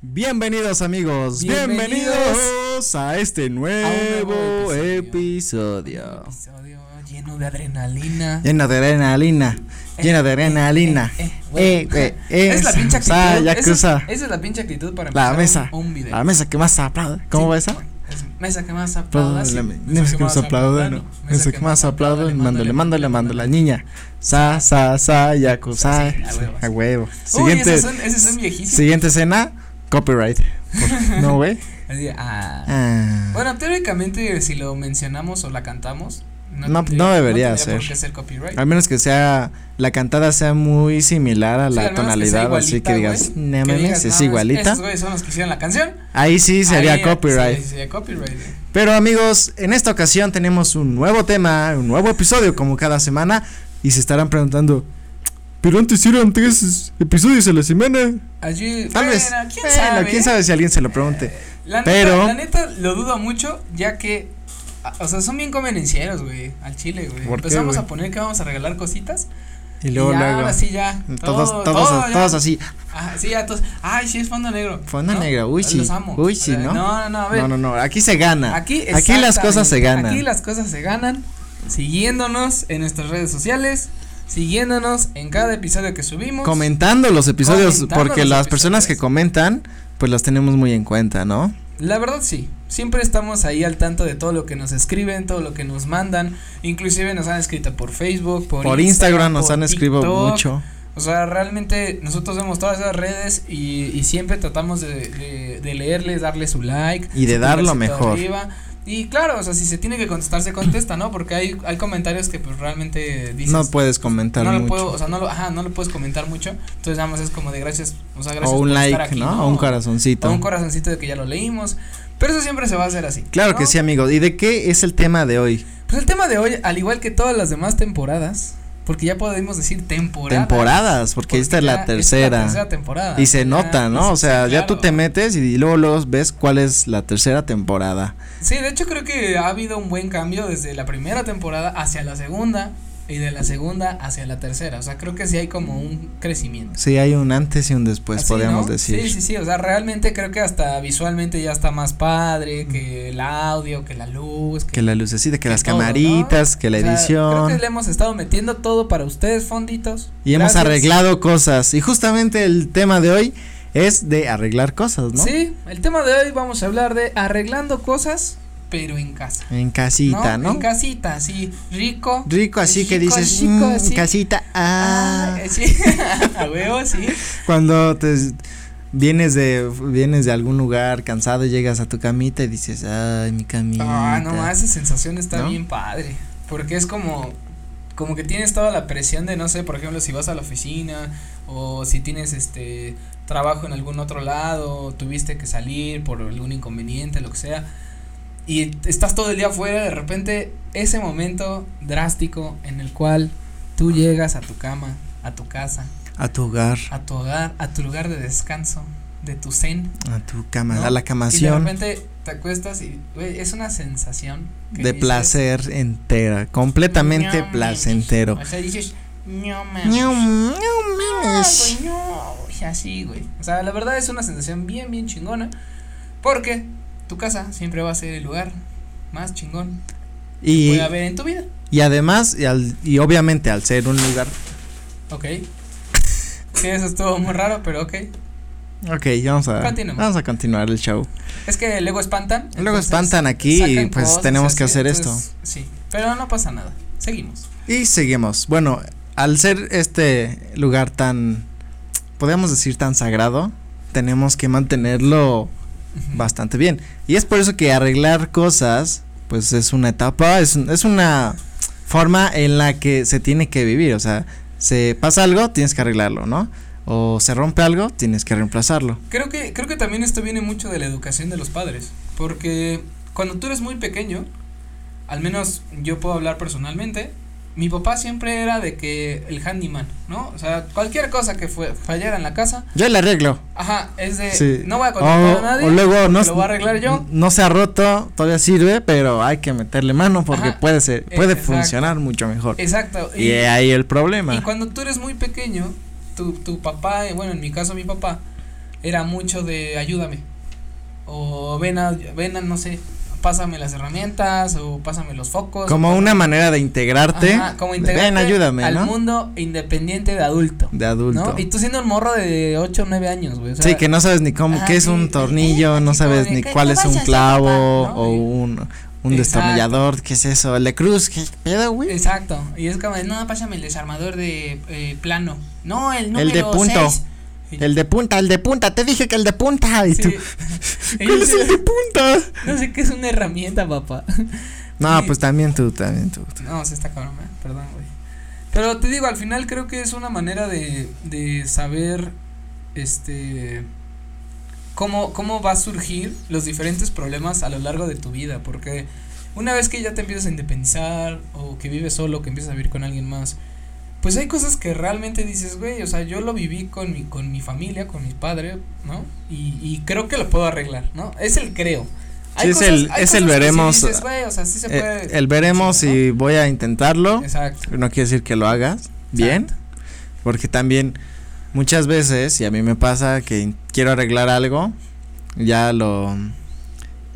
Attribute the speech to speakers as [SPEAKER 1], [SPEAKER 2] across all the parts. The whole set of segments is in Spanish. [SPEAKER 1] Bienvenidos amigos, bienvenidos,
[SPEAKER 2] Bienvenidos
[SPEAKER 1] a este nuevo,
[SPEAKER 2] nuevo
[SPEAKER 1] episodio.
[SPEAKER 2] episodio lleno de adrenalina.
[SPEAKER 1] Lleno de adrenalina, lleno de adrenalina.
[SPEAKER 2] eh, eh, güey. es la pinche actitud.
[SPEAKER 1] sa-
[SPEAKER 2] esa, es,
[SPEAKER 1] yakuza.
[SPEAKER 2] esa es la pinche actitud para
[SPEAKER 1] Ah, La
[SPEAKER 2] empezar
[SPEAKER 1] mesa,
[SPEAKER 2] un, un video.
[SPEAKER 1] la mesa que más aplaude. ¿Cómo
[SPEAKER 2] Sí,
[SPEAKER 1] va esa?
[SPEAKER 2] Es mesa que más aplauda. sí,
[SPEAKER 1] Aplaude, Mesa que más aplaude, no. Mesa que más aplaude, mándale, mándale, mándale, niña. Sa, sa, sa, yakuza.
[SPEAKER 2] Sí, a huevo.
[SPEAKER 1] A huevo.
[SPEAKER 2] Uy,
[SPEAKER 1] Siguiente,
[SPEAKER 2] ese son, ese son viejísimos.
[SPEAKER 1] siguiente escena, copyright. Por- No, güey.
[SPEAKER 2] Así, ah.
[SPEAKER 1] Ah.
[SPEAKER 2] Bueno, teóricamente, si lo mencionamos o la cantamos,
[SPEAKER 1] No-
[SPEAKER 2] tendría-
[SPEAKER 1] no debería
[SPEAKER 2] tendría por
[SPEAKER 1] ser. Ah,
[SPEAKER 2] qué ser copyright.
[SPEAKER 1] Al menos que sea la cantada sea muy similar a
[SPEAKER 2] Sí,
[SPEAKER 1] la
[SPEAKER 2] al menos que sea
[SPEAKER 1] tonalidad, así
[SPEAKER 2] igualita,
[SPEAKER 1] que digas,
[SPEAKER 2] güey,
[SPEAKER 1] no
[SPEAKER 2] que digas,
[SPEAKER 1] mames,
[SPEAKER 2] "No,
[SPEAKER 1] es
[SPEAKER 2] es-
[SPEAKER 1] igualita.
[SPEAKER 2] Estos güeyes son los que hicieron la canción.
[SPEAKER 1] Ahí sí sería
[SPEAKER 2] Ahí,
[SPEAKER 1] copyright.
[SPEAKER 2] sí, sería copyright. eh.
[SPEAKER 1] Pero amigos, en esta ocasión tenemos un nuevo tema, un nuevo episodio como cada semana y se estarán preguntando, pero antes eran tres episodios a la semana.
[SPEAKER 2] Allí,
[SPEAKER 1] Tal vez,
[SPEAKER 2] bueno, ¿quién
[SPEAKER 1] bueno,
[SPEAKER 2] sabe? ¿eh?
[SPEAKER 1] quién sabe si alguien se lo pregunte.
[SPEAKER 2] La
[SPEAKER 1] Pero-
[SPEAKER 2] neta, la neta lo dudo mucho, ya que a- o sea, son bien convenencieros, güey, al chile, güey.
[SPEAKER 1] ¿Por qué,
[SPEAKER 2] Empezamos
[SPEAKER 1] güey?
[SPEAKER 2] a poner que vamos a regalar cositas
[SPEAKER 1] Y luego,
[SPEAKER 2] y ya,
[SPEAKER 1] luego,
[SPEAKER 2] ahora sí ya.
[SPEAKER 1] todos,
[SPEAKER 2] todo-
[SPEAKER 1] todos,
[SPEAKER 2] todo ya.
[SPEAKER 1] todos así.
[SPEAKER 2] Ajá, sí, ya todos. Ay, sí es fondo negro.
[SPEAKER 1] Fondo negro, uy, sí.
[SPEAKER 2] Los amo.
[SPEAKER 1] Uy, sí,
[SPEAKER 2] O sea,
[SPEAKER 1] ¿no?
[SPEAKER 2] No, no, no, a ver.
[SPEAKER 1] No, no, no, aquí se gana.
[SPEAKER 2] Aquí,
[SPEAKER 1] Aquí las cosas se
[SPEAKER 2] exactamente,
[SPEAKER 1] ganan.
[SPEAKER 2] Aquí las cosas se ganan siguiéndonos en nuestras redes sociales, siguiéndonos en cada episodio que subimos.
[SPEAKER 1] comentando los episodios
[SPEAKER 2] Comentando
[SPEAKER 1] porque
[SPEAKER 2] los
[SPEAKER 1] las personas que
[SPEAKER 2] episodios.
[SPEAKER 1] comentan pues las tenemos muy en cuenta, ¿no?
[SPEAKER 2] La verdad sí, siempre estamos ahí al tanto de todo lo que nos escriben, todo lo que nos mandan, inclusive nos han escrito por Facebook, por,
[SPEAKER 1] Por, Instagram nos
[SPEAKER 2] por
[SPEAKER 1] han escrito
[SPEAKER 2] TikTok.
[SPEAKER 1] mucho.
[SPEAKER 2] O sea, realmente nosotros vemos todas esas redes y, y siempre tratamos de, de, de leerles, darles su like.
[SPEAKER 1] Y de
[SPEAKER 2] su
[SPEAKER 1] dar lo
[SPEAKER 2] pulgarcito
[SPEAKER 1] mejor.
[SPEAKER 2] arriba. Y claro, o sea, si se tiene que contestar, se contesta, ¿no? Porque hay, hay comentarios que pues realmente dices.
[SPEAKER 1] no puedes comentar
[SPEAKER 2] no lo
[SPEAKER 1] mucho.
[SPEAKER 2] puedo, o sea, no lo, ajá, no lo puedes comentar mucho. Entonces nada más es como de gracias, o sea, gracias
[SPEAKER 1] o un
[SPEAKER 2] por estar
[SPEAKER 1] like,
[SPEAKER 2] aquí,
[SPEAKER 1] ¿no? O un
[SPEAKER 2] O
[SPEAKER 1] corazoncito.
[SPEAKER 2] un corazoncito de que ya lo leímos. Pero eso siempre se va a hacer así.
[SPEAKER 1] claro
[SPEAKER 2] ¿no?
[SPEAKER 1] que sí, amigos. ¿Y de qué es el tema de hoy?
[SPEAKER 2] Pues el tema de hoy, al igual que todas las demás temporadas, porque ya podemos decir temporada.
[SPEAKER 1] Temporadas, porque, esta es la tercera.
[SPEAKER 2] temporada.
[SPEAKER 1] y se
[SPEAKER 2] Ya,
[SPEAKER 1] nota, ¿no?
[SPEAKER 2] sí,
[SPEAKER 1] O sea,
[SPEAKER 2] sí,
[SPEAKER 1] ya tú
[SPEAKER 2] claro.
[SPEAKER 1] te metes y, luego, luego ves cuál es la tercera temporada.
[SPEAKER 2] Sí, de hecho creo que ha habido un buen cambio desde la primera temporada hacia la segunda y de la segunda hacia la tercera. O sea, creo que sí hay como un crecimiento.
[SPEAKER 1] Sí, hay un antes y un después,
[SPEAKER 2] Así,
[SPEAKER 1] Pues podríamos
[SPEAKER 2] ¿no?
[SPEAKER 1] decir.
[SPEAKER 2] ¿Ah, Sí, sí, sí. O sea, realmente creo que hasta visualmente ya está más padre que el audio, que la luz, que,
[SPEAKER 1] Que la lucecita, que, las
[SPEAKER 2] todo, ¿no?
[SPEAKER 1] camaritas, que la
[SPEAKER 2] O sea,
[SPEAKER 1] edición.
[SPEAKER 2] creo que le hemos estado metiendo todo para ustedes, fonditos.
[SPEAKER 1] Y hemos
[SPEAKER 2] Gracias.
[SPEAKER 1] arreglado cosas. Y justamente el tema de hoy es de arreglar cosas, ¿no?
[SPEAKER 2] Sí, el tema de hoy vamos a hablar de arreglando cosas, pero en casa.
[SPEAKER 1] En casita, ¿no?
[SPEAKER 2] En casita, sí, rico.
[SPEAKER 1] Rico así que
[SPEAKER 2] Rico,
[SPEAKER 1] dices,
[SPEAKER 2] rico,
[SPEAKER 1] "Mm,
[SPEAKER 2] así".
[SPEAKER 1] casita, ah.
[SPEAKER 2] Ah, eh, sí. a huevo, sí.
[SPEAKER 1] Cuando te s- vienes de vienes de algún lugar cansado y llegas a tu camita y dices, "Ay, mi camita."
[SPEAKER 2] Ah, no, más, esa sensación está
[SPEAKER 1] ¿No?
[SPEAKER 2] bien padre. Porque es como, como que tienes toda la presión de, no sé, por ejemplo, si vas a la oficina o si tienes este trabajo en algún otro lado, tuviste que salir por algún inconveniente, lo que sea. Y t- estás todo el día afuera, de repente ese momento drástico en el cual tú llegas a tu cama, a tu casa,
[SPEAKER 1] A tu hogar,
[SPEAKER 2] a tu hogar, a tu lugar de descanso, de tu zen.
[SPEAKER 1] a tu cama,
[SPEAKER 2] ¿no?
[SPEAKER 1] a la
[SPEAKER 2] Y de
[SPEAKER 1] camación
[SPEAKER 2] repente te acuestas y güey, es una sensación que
[SPEAKER 1] de,
[SPEAKER 2] dices,
[SPEAKER 1] placer entera, completamente
[SPEAKER 2] "No mames".
[SPEAKER 1] placentero.
[SPEAKER 2] O sea, dices, no mames".
[SPEAKER 1] Ñau, ñau,
[SPEAKER 2] Ay,
[SPEAKER 1] mames.
[SPEAKER 2] güey, no, güey, así, güey. O sea, la verdad es una sensación bien, bien chingona. Porque tu casa siempre va a ser el lugar más chingón que
[SPEAKER 1] Y,
[SPEAKER 2] puede haber en tu vida.
[SPEAKER 1] y además, y, al- y obviamente al ser un lugar
[SPEAKER 2] Ok. Sí, eso estuvo muy raro, pero ok.
[SPEAKER 1] Ok, vamos a,
[SPEAKER 2] Continuemos.
[SPEAKER 1] vamos a continuar el show.
[SPEAKER 2] Es que luego espantan.
[SPEAKER 1] Luego
[SPEAKER 2] entonces
[SPEAKER 1] espantan aquí
[SPEAKER 2] sacan
[SPEAKER 1] y pues
[SPEAKER 2] cosas
[SPEAKER 1] tenemos que
[SPEAKER 2] así,
[SPEAKER 1] hacer
[SPEAKER 2] entonces, Sí, pero no pasa nada. Seguimos.
[SPEAKER 1] Y seguimos. Bueno, al ser este lugar tan, podríamos decir tan sagrado, tenemos que mantenerlo bastante bien. Y es por eso que arreglar cosas, pues es una etapa, es, un- es una forma en la que se tiene que vivir. O sea, se pasa algo, tienes que arreglarlo, ¿no? O se rompe algo, tienes que reemplazarlo.
[SPEAKER 2] Creo que, creo que también esto viene mucho de la educación de los padres, porque cuando tú eres muy pequeño, al menos yo puedo hablar personalmente, mi papá siempre era de que el handyman, ¿no? O sea, cualquier cosa que fue, fallara en la casa,
[SPEAKER 1] Yo le arreglo.
[SPEAKER 2] ajá, es de,
[SPEAKER 1] Sí.
[SPEAKER 2] no voy a contratar
[SPEAKER 1] O,
[SPEAKER 2] a nadie,
[SPEAKER 1] o luego no,
[SPEAKER 2] lo voy a arreglar yo.
[SPEAKER 1] no se ha roto, todavía sirve, pero hay que meterle mano porque
[SPEAKER 2] Ajá,
[SPEAKER 1] puede ser,
[SPEAKER 2] e-
[SPEAKER 1] puede
[SPEAKER 2] exacto.
[SPEAKER 1] funcionar mucho mejor.
[SPEAKER 2] Exacto.
[SPEAKER 1] y ahí el problema.
[SPEAKER 2] Y cuando tú eres muy pequeño, tu, tu papá, eh, bueno, en mi caso mi papá, era mucho de ayúdame. O ven a, ven a, no sé, pásame las herramientas o pásame los focos.
[SPEAKER 1] Como una manera de integrarte.
[SPEAKER 2] Ajá, como integrarte
[SPEAKER 1] Ven, ayúdame,
[SPEAKER 2] al
[SPEAKER 1] ¿no?
[SPEAKER 2] mundo independiente de adulto.
[SPEAKER 1] De adulto.
[SPEAKER 2] ¿No? Y tú siendo un morro de 8 o 9 años, güey. o sea,
[SPEAKER 1] sí, que no sabes ni cómo,
[SPEAKER 2] Ajá,
[SPEAKER 1] qué es
[SPEAKER 2] sí,
[SPEAKER 1] un
[SPEAKER 2] sí,
[SPEAKER 1] tornillo,
[SPEAKER 2] sí,
[SPEAKER 1] no
[SPEAKER 2] sí,
[SPEAKER 1] sabes
[SPEAKER 2] como
[SPEAKER 1] ni
[SPEAKER 2] de,
[SPEAKER 1] cuál
[SPEAKER 2] ¿qué
[SPEAKER 1] es
[SPEAKER 2] vas
[SPEAKER 1] un
[SPEAKER 2] a hacer,
[SPEAKER 1] clavo
[SPEAKER 2] papá? ¿no?
[SPEAKER 1] o
[SPEAKER 2] Y-
[SPEAKER 1] un, un
[SPEAKER 2] Exacto. Eh,
[SPEAKER 1] destornillador, qué es eso, el de cruz, qué pedo, güey.
[SPEAKER 2] Exacto. Y es como, de, no, pásame el desarmador de eh, plano. No, el número
[SPEAKER 1] El de punto.
[SPEAKER 2] seis". Y-
[SPEAKER 1] El de punta, el de punta, te dije que el de punta. Y
[SPEAKER 2] sí.
[SPEAKER 1] tú,
[SPEAKER 2] Y
[SPEAKER 1] ¿cuál
[SPEAKER 2] yo
[SPEAKER 1] es
[SPEAKER 2] sé-
[SPEAKER 1] el de punta?
[SPEAKER 2] No sé qué es una herramienta, papá.
[SPEAKER 1] No,
[SPEAKER 2] Sí.
[SPEAKER 1] pues también tú, también tú.
[SPEAKER 2] No, se está cabrón, ¿eh? perdón, güey. Pero te digo, al final creo que es una manera de, de saber este cómo, cómo va a surgir los diferentes problemas a lo largo de tu vida. Porque una vez que ya te empiezas a independizar, o que vives solo, que empiezas a vivir con alguien más, pues hay cosas que realmente dices, güey, o sea, yo lo viví con mi, con mi familia, con mi padre, ¿no? Y, y creo que lo puedo arreglar, ¿no? Es el creo.
[SPEAKER 1] Sí, es el- es el
[SPEAKER 2] que sí
[SPEAKER 1] veremos,
[SPEAKER 2] dices, güey, o sea, sí se
[SPEAKER 1] Eh,
[SPEAKER 2] puede.
[SPEAKER 1] el veremos
[SPEAKER 2] sí, ¿no?
[SPEAKER 1] si voy a intentarlo.
[SPEAKER 2] Exacto.
[SPEAKER 1] No quiere decir que lo hagas bien, porque también muchas veces, y a mí me pasa que in- quiero arreglar algo, ya lo,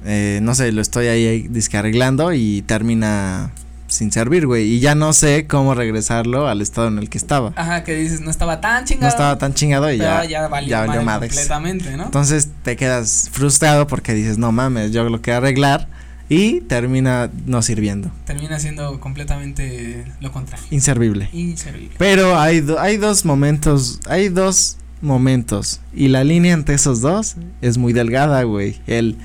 [SPEAKER 1] eh, no sé, lo estoy ahí, ahí dizque arreglando y termina sin servir, güey, y ya no sé cómo regresarlo al estado en el que estaba.
[SPEAKER 2] Ajá, que dices, no estaba tan
[SPEAKER 1] No
[SPEAKER 2] chingado.
[SPEAKER 1] estaba tan chingado y ya,
[SPEAKER 2] pero ya, valió,
[SPEAKER 1] ya valió
[SPEAKER 2] madre
[SPEAKER 1] madres.
[SPEAKER 2] completamente, ¿no?
[SPEAKER 1] Entonces te quedas frustrado porque dices, no mames, yo lo quiero arreglar y termina no sirviendo,
[SPEAKER 2] Termina siendo completamente lo contrario.
[SPEAKER 1] inservible.
[SPEAKER 2] Inservible.
[SPEAKER 1] Pero hay, do- hay dos momentos, hay dos momentos. Y la línea entre esos dos es muy delgada, güey. El,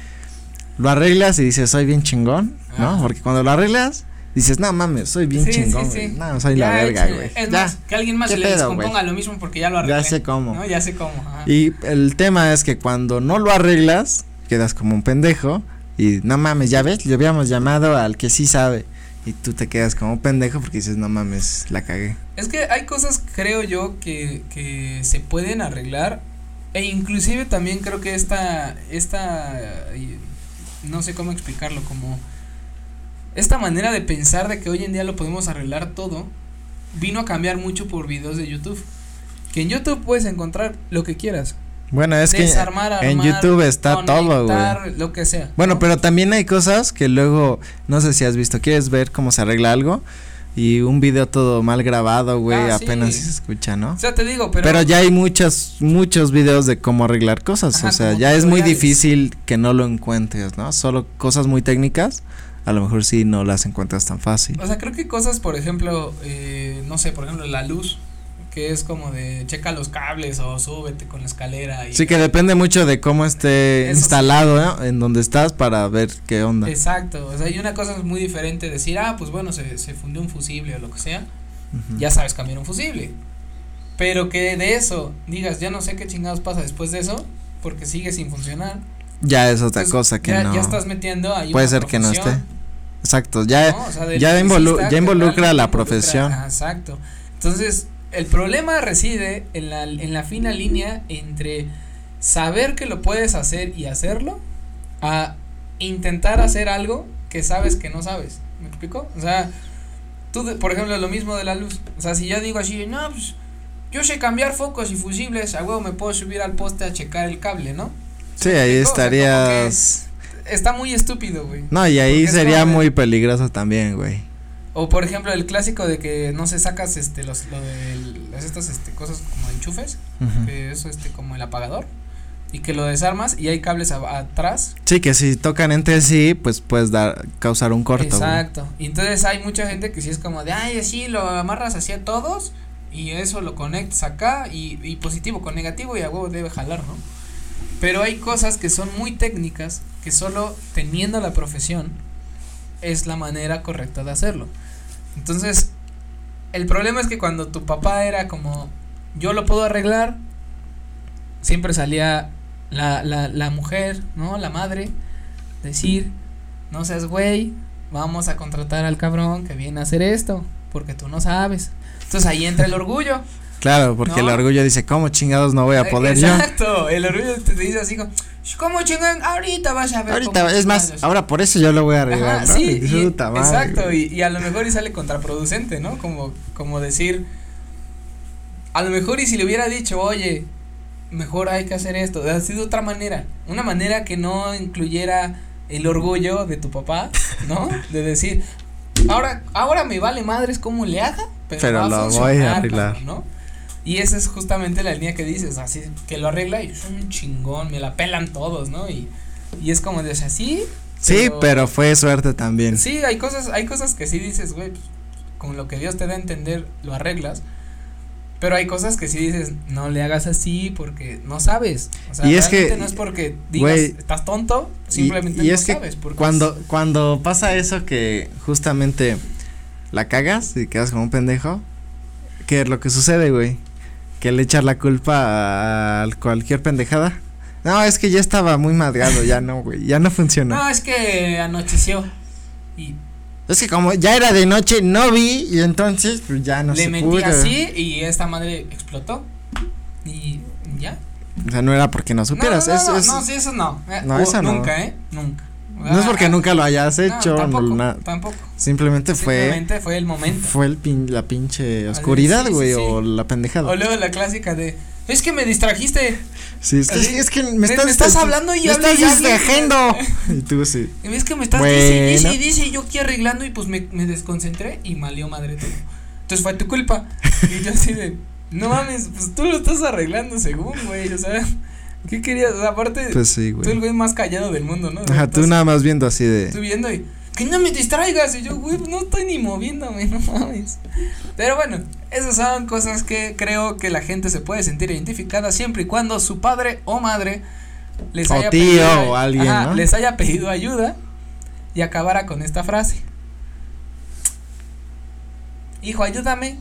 [SPEAKER 1] lo arreglas y dices, soy bien chingón, ¿no?
[SPEAKER 2] Ajá.
[SPEAKER 1] Porque cuando lo arreglas, dices, no mames, soy bien
[SPEAKER 2] Sí, sí,
[SPEAKER 1] chingón,
[SPEAKER 2] sí.
[SPEAKER 1] güey. No, soy la
[SPEAKER 2] Ya,
[SPEAKER 1] verga,
[SPEAKER 2] échale.
[SPEAKER 1] güey.
[SPEAKER 2] Es
[SPEAKER 1] Ya,
[SPEAKER 2] más, que alguien más
[SPEAKER 1] ¿Qué
[SPEAKER 2] le
[SPEAKER 1] pedo,
[SPEAKER 2] descomponga
[SPEAKER 1] güey?
[SPEAKER 2] lo mismo porque ya lo
[SPEAKER 1] ya
[SPEAKER 2] arreglé.
[SPEAKER 1] sé cómo.
[SPEAKER 2] ¿no? Ya sé cómo. ajá.
[SPEAKER 1] Y el tema es que cuando no lo arreglas, quedas como un pendejo. Y no mames, ya ves, le habíamos llamado al que sí sabe. Y tú te quedas como un pendejo porque dices, no mames, la cagué.
[SPEAKER 2] Es que hay cosas, creo yo, que, que se pueden arreglar. E inclusive también creo que esta, esta, eh, no sé cómo explicarlo, como esta manera de pensar de que hoy en día lo podemos arreglar todo, vino a cambiar mucho por videos de YouTube. Que en YouTube puedes encontrar lo que quieras.
[SPEAKER 1] Bueno, es que
[SPEAKER 2] Desarmar,
[SPEAKER 1] en
[SPEAKER 2] armar,
[SPEAKER 1] YouTube está todo, güey.
[SPEAKER 2] conectar, Lo que sea.
[SPEAKER 1] Bueno,
[SPEAKER 2] ¿no?
[SPEAKER 1] pero también hay cosas que luego, no sé si has visto, quieres ver cómo se arregla algo y un video todo mal grabado, güey,
[SPEAKER 2] Ah, sí.
[SPEAKER 1] apenas se escucha, ¿no?
[SPEAKER 2] O sea, te digo, pero...
[SPEAKER 1] Pero, ya hay muchos, muchos videos de cómo arreglar cosas,
[SPEAKER 2] Ajá,
[SPEAKER 1] o sea,
[SPEAKER 2] como
[SPEAKER 1] ya es muy
[SPEAKER 2] tutoriales.
[SPEAKER 1] difícil que no lo encuentres, ¿no? Solo cosas muy técnicas, a lo mejor sí no las encuentras tan fácil.
[SPEAKER 2] O sea, creo que cosas, por ejemplo, eh, no sé, por ejemplo, la luz, que es como de checa los cables o súbete con la escalera. Y,
[SPEAKER 1] Sí que depende mucho de cómo esté
[SPEAKER 2] Eso sí.
[SPEAKER 1] instalado, ¿no? En donde estás para ver qué onda.
[SPEAKER 2] Exacto, o sea, y una cosa es muy diferente decir, ah, pues bueno, se, se fundió un fusible o lo que sea,
[SPEAKER 1] Ujú.
[SPEAKER 2] ya sabes cambiar un fusible. Pero que de eso digas, ya no sé qué chingados pasa después de eso, porque sigue sin funcionar.
[SPEAKER 1] Ya es otra
[SPEAKER 2] Entonces,
[SPEAKER 1] cosa que
[SPEAKER 2] ya,
[SPEAKER 1] no.
[SPEAKER 2] ya estás metiendo ahí.
[SPEAKER 1] Puede
[SPEAKER 2] una
[SPEAKER 1] ser que no
[SPEAKER 2] profesión,
[SPEAKER 1] esté. Exacto, ya,
[SPEAKER 2] ¿no? O sea, del
[SPEAKER 1] ya
[SPEAKER 2] electricista
[SPEAKER 1] involu-
[SPEAKER 2] que
[SPEAKER 1] ya
[SPEAKER 2] realmente
[SPEAKER 1] involucra la
[SPEAKER 2] involucra-
[SPEAKER 1] profesión.
[SPEAKER 2] Ajá, exacto. Entonces, el problema reside en la, en la fina línea entre saber que lo puedes hacer y hacerlo a intentar hacer algo que sabes que no sabes. ¿Me explico? O sea, tú, de- por ejemplo, lo mismo de la luz. O sea, si yo digo así, no, pues yo sé cambiar focos y fusibles, a huevo me puedo subir al poste a checar el cable, ¿no?
[SPEAKER 1] Sí, ahí
[SPEAKER 2] O sea, como que
[SPEAKER 1] estarías.
[SPEAKER 2] Está muy estúpido, güey.
[SPEAKER 1] No, y
[SPEAKER 2] porque
[SPEAKER 1] ahí
[SPEAKER 2] es
[SPEAKER 1] sería
[SPEAKER 2] como de-
[SPEAKER 1] muy peligroso también, güey.
[SPEAKER 2] O por ejemplo el clásico de que no se sacas este los lo de las estas este cosas como enchufes,
[SPEAKER 1] Ujú.
[SPEAKER 2] que es este como el apagador y que lo desarmas y hay cables a- atrás.
[SPEAKER 1] Sí, que si tocan entre sí, pues puedes dar, causar un corto. güey.
[SPEAKER 2] Exacto. Y entonces hay mucha gente que sí es como de, "Ay, así lo amarras así a todos y eso lo conectas acá y, y positivo con negativo y a huevo debe jalar, ¿no?" Pero hay cosas que son muy técnicas que solo teniendo la profesión es la manera correcta de hacerlo. Entonces, el problema es que cuando tu papá era como, yo lo puedo arreglar, siempre salía la, la, la mujer, ¿no? La madre, decir, no seas güey, vamos a contratar al cabrón que viene a hacer esto, porque tú no sabes. Entonces ahí entra el orgullo.
[SPEAKER 1] Claro, porque
[SPEAKER 2] No. Eh,
[SPEAKER 1] el orgullo dice, ¿cómo chingados no voy a poder
[SPEAKER 2] Exacto, el orgullo te dice así como, ¿cómo chingan? Ahorita vas a
[SPEAKER 1] yo?
[SPEAKER 2] ver.
[SPEAKER 1] Ahorita,
[SPEAKER 2] cómo
[SPEAKER 1] es más,
[SPEAKER 2] chingados".
[SPEAKER 1] ahora por eso yo lo voy a arreglar,
[SPEAKER 2] Ajá,
[SPEAKER 1] ¿no?
[SPEAKER 2] sí,
[SPEAKER 1] Y
[SPEAKER 2] y-
[SPEAKER 1] puta madre,
[SPEAKER 2] exacto,
[SPEAKER 1] güey.
[SPEAKER 2] y, y a lo mejor y sale contraproducente, ¿no? Como, como decir, a lo mejor y si le hubiera dicho, oye, mejor hay que hacer esto, así de otra manera, una manera que no incluyera el orgullo de tu papá, ¿no? De decir, ahora, ahora me vale madres cómo le haga, pero,
[SPEAKER 1] Pero
[SPEAKER 2] va a
[SPEAKER 1] lo voy
[SPEAKER 2] funcionar,
[SPEAKER 1] a arreglar.
[SPEAKER 2] cabrón, ¿no? Y esa es justamente la línea que dices, así que lo arregla y es un chingón, me la pelan todos, ¿no? Y, y es como de, o sea, sí,
[SPEAKER 1] Sí, pero fue suerte también.
[SPEAKER 2] Sí, hay cosas, hay cosas que sí dices, güey, pues, con lo que Dios te da a entender, lo arreglas. Pero hay cosas que sí dices, no le hagas así porque no sabes. O sea,
[SPEAKER 1] Y es que,
[SPEAKER 2] realmente no es porque digas,
[SPEAKER 1] güey,
[SPEAKER 2] estás tonto,
[SPEAKER 1] Y-
[SPEAKER 2] simplemente
[SPEAKER 1] y
[SPEAKER 2] no
[SPEAKER 1] es que
[SPEAKER 2] sabes. Porque
[SPEAKER 1] cuando, cuando pasa eso que justamente la cagas y quedas como un pendejo, ¿qué es lo que sucede, güey? Que le echar la culpa a cualquier pendejada. No, es que ya estaba muy madreado, ya no, güey, ya no
[SPEAKER 2] No,
[SPEAKER 1] funciona.
[SPEAKER 2] es que anocheció y
[SPEAKER 1] Es que como ya era de noche, no vi y entonces pues ya no
[SPEAKER 2] le
[SPEAKER 1] se
[SPEAKER 2] metí
[SPEAKER 1] pudo.
[SPEAKER 2] así y esta madre explotó. Y ya.
[SPEAKER 1] O sea, no era porque no supieras,
[SPEAKER 2] no, no,
[SPEAKER 1] es-
[SPEAKER 2] no,
[SPEAKER 1] es-
[SPEAKER 2] no, sí, eso no. Eh,
[SPEAKER 1] No,
[SPEAKER 2] o-
[SPEAKER 1] eso no.
[SPEAKER 2] Nunca, ¿eh? Nunca.
[SPEAKER 1] no es porque nunca lo hayas
[SPEAKER 2] Ah, No,
[SPEAKER 1] hecho,
[SPEAKER 2] tampoco,
[SPEAKER 1] no, na-
[SPEAKER 2] tampoco.
[SPEAKER 1] simplemente fue
[SPEAKER 2] Simplemente fue el momento.
[SPEAKER 1] fue el pin- la pinche oscuridad,
[SPEAKER 2] sí, sí,
[SPEAKER 1] güey,
[SPEAKER 2] sí.
[SPEAKER 1] o la pendejada.
[SPEAKER 2] O luego la clásica de, es que me distrajiste,
[SPEAKER 1] Sí, es que,
[SPEAKER 2] Así,
[SPEAKER 1] es que me,
[SPEAKER 2] me-
[SPEAKER 1] estás,
[SPEAKER 2] me estás hablando y
[SPEAKER 1] me
[SPEAKER 2] hablas
[SPEAKER 1] estás
[SPEAKER 2] y hablas y-
[SPEAKER 1] distrajendo. Y tú sí.
[SPEAKER 2] es que me estás
[SPEAKER 1] Bueno.
[SPEAKER 2] dice, dice, y dice, y yo aquí arreglando y pues me, me desconcentré y malió madre todo. Entonces fue tu culpa. Y yo así de, no mames, pues tú lo estás arreglando según, güey, o sea, ¿qué querías? O sea, aparte,
[SPEAKER 1] Pues sí,
[SPEAKER 2] tú el
[SPEAKER 1] güey.
[SPEAKER 2] güey más callado del mundo, ¿no?
[SPEAKER 1] Ajá, tú
[SPEAKER 2] Estás-
[SPEAKER 1] nada más viendo así
[SPEAKER 2] Estoy
[SPEAKER 1] de.
[SPEAKER 2] viendo y, que no me distraigas, y yo, güey, no estoy ni moviéndome, no mames. Pero bueno, esas son cosas que creo que la gente se puede sentir identificada siempre y cuando su padre o madre les
[SPEAKER 1] O
[SPEAKER 2] haya
[SPEAKER 1] tío
[SPEAKER 2] pedido,
[SPEAKER 1] o alguien, ¿no?
[SPEAKER 2] les haya pedido ayuda y acabara con esta frase. Hijo, ayúdame.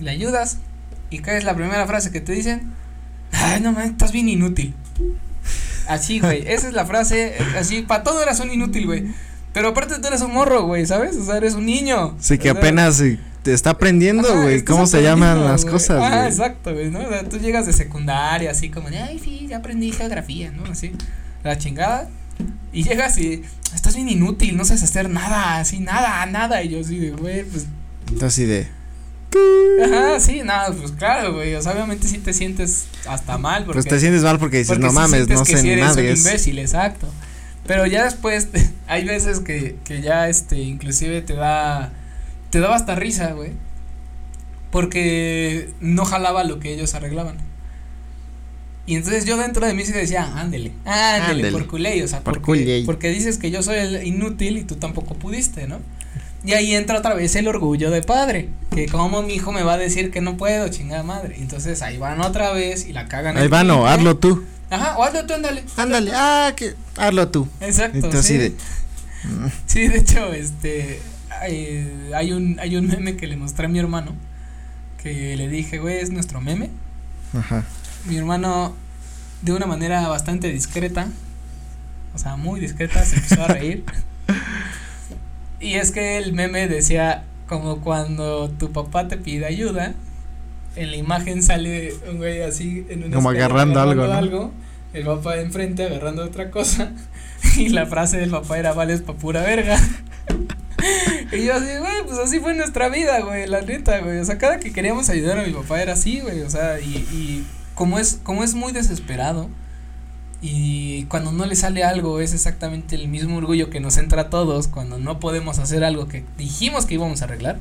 [SPEAKER 2] Le ayudas. ¿Y qué es la primera frase que te dicen? Ay, no mames, estás bien inútil. Así, güey. Esa es la frase. eh, Así, para todo eras un inútil, güey. Pero aparte tú eres un morro, güey, ¿sabes? O sea, eres un niño.
[SPEAKER 1] Sí, que
[SPEAKER 2] O sea,
[SPEAKER 1] apenas eh, te está aprendiendo,
[SPEAKER 2] ajá,
[SPEAKER 1] güey.
[SPEAKER 2] estás
[SPEAKER 1] ¿Cómo se llaman
[SPEAKER 2] aprendiendo,
[SPEAKER 1] las
[SPEAKER 2] güey.
[SPEAKER 1] cosas,
[SPEAKER 2] Ah,
[SPEAKER 1] güey?
[SPEAKER 2] exacto, güey, ¿no? O sea, tú llegas de secundaria, así como de, ay, sí, ya aprendí geografía, ¿no? Así, la chingada. Y llegas y, estás bien inútil, no sabes hacer nada, así, nada, nada. Y yo así de, güey, pues,
[SPEAKER 1] Tú así de. pues
[SPEAKER 2] ajá,
[SPEAKER 1] Mm.
[SPEAKER 2] sí, nada, pues claro, güey. O sea, obviamente sí te sientes hasta mal. Porque
[SPEAKER 1] Pues te sientes mal porque dices,
[SPEAKER 2] porque
[SPEAKER 1] no
[SPEAKER 2] sí
[SPEAKER 1] mames,
[SPEAKER 2] sientes
[SPEAKER 1] no
[SPEAKER 2] que
[SPEAKER 1] sé
[SPEAKER 2] sí
[SPEAKER 1] ni
[SPEAKER 2] eres
[SPEAKER 1] nada.
[SPEAKER 2] un
[SPEAKER 1] es-
[SPEAKER 2] imbécil, exacto. Pero ya después hay veces que, que ya este inclusive te da te daba hasta risa, güey. Porque no jalaba lo que ellos arreglaban. Y entonces yo dentro de mí se decía, ándele, ándele,
[SPEAKER 1] Ándele.
[SPEAKER 2] por culé, o sea,
[SPEAKER 1] Por
[SPEAKER 2] porque,
[SPEAKER 1] culé.
[SPEAKER 2] porque dices que yo soy el inútil y tú tampoco pudiste, ¿no? Y ahí entra otra vez el orgullo de padre, que como mi hijo me va a decir que no puedo, chingada madre. Entonces ahí van otra vez y la cagan.
[SPEAKER 1] Ahí
[SPEAKER 2] el
[SPEAKER 1] va, no,
[SPEAKER 2] triple.
[SPEAKER 1] hazlo tú.
[SPEAKER 2] Ajá, o hazlo tú, ándale.
[SPEAKER 1] Ándale, ah, que. Hazlo tú.
[SPEAKER 2] Exacto.
[SPEAKER 1] Y tú así
[SPEAKER 2] sí.
[SPEAKER 1] de.
[SPEAKER 2] Sí, de hecho, este, hay, hay un, hay un meme que le mostré a mi hermano, que le dije, güey, es nuestro meme.
[SPEAKER 1] Ajá.
[SPEAKER 2] Mi hermano, de una manera bastante discreta, o sea, muy discreta, se empezó a reír. Y es que el meme decía, como cuando tu papá te pide ayuda, en la imagen sale un güey así en una
[SPEAKER 1] Como
[SPEAKER 2] escalera
[SPEAKER 1] agarrando algo, ¿no?
[SPEAKER 2] algo, el papá de enfrente agarrando otra cosa. Y la frase del papá era vales pa' pura verga. Y yo así, güey, pues así fue nuestra vida, güey, la neta, güey. O sea, cada que queríamos ayudar a mi papá era así, güey. O sea, y, y como es, como es muy desesperado, y cuando no le sale algo es exactamente el mismo orgullo que nos entra a todos cuando no podemos hacer algo que dijimos que íbamos a arreglar.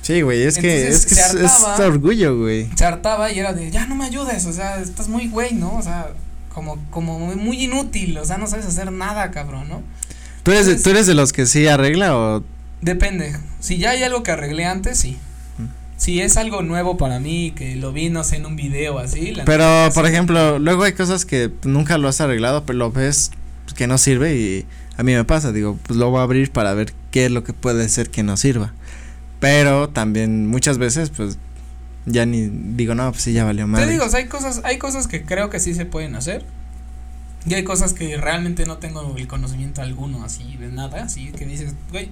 [SPEAKER 1] Sí, güey, es que,
[SPEAKER 2] Entonces,
[SPEAKER 1] es, que
[SPEAKER 2] se
[SPEAKER 1] es, es
[SPEAKER 2] hartaba.
[SPEAKER 1] orgullo, güey.
[SPEAKER 2] Se hartaba y era de, ya no me ayudes, o sea, estás muy güey, ¿no? O sea, como, como muy- muy inútil, o sea, no sabes hacer nada, cabrón, ¿no?
[SPEAKER 1] ¿Tú eres, de,
[SPEAKER 2] Entonces-
[SPEAKER 1] ¿Tú eres de los que sí arregla o
[SPEAKER 2] Depende. Si ya hay algo que arreglé antes, sí.
[SPEAKER 1] Mm.
[SPEAKER 2] Si es algo nuevo para mí, que lo vi, no sé, en un video así. la
[SPEAKER 1] Pero,
[SPEAKER 2] neta,
[SPEAKER 1] por
[SPEAKER 2] sí.
[SPEAKER 1] ejemplo, luego hay cosas que nunca lo has arreglado, pero lo ves que no sirve y a mí me pasa, digo, pues lo voy a abrir para ver qué es lo que puede ser que no sirva. Pero también muchas veces, pues, ya ni digo, no, pues sí, ya valió
[SPEAKER 2] Te
[SPEAKER 1] madre.
[SPEAKER 2] digo, o sea, hay cosas, hay cosas que creo que sí se pueden hacer. Y hay cosas que realmente no tengo el conocimiento alguno así de nada, así que dices, güey.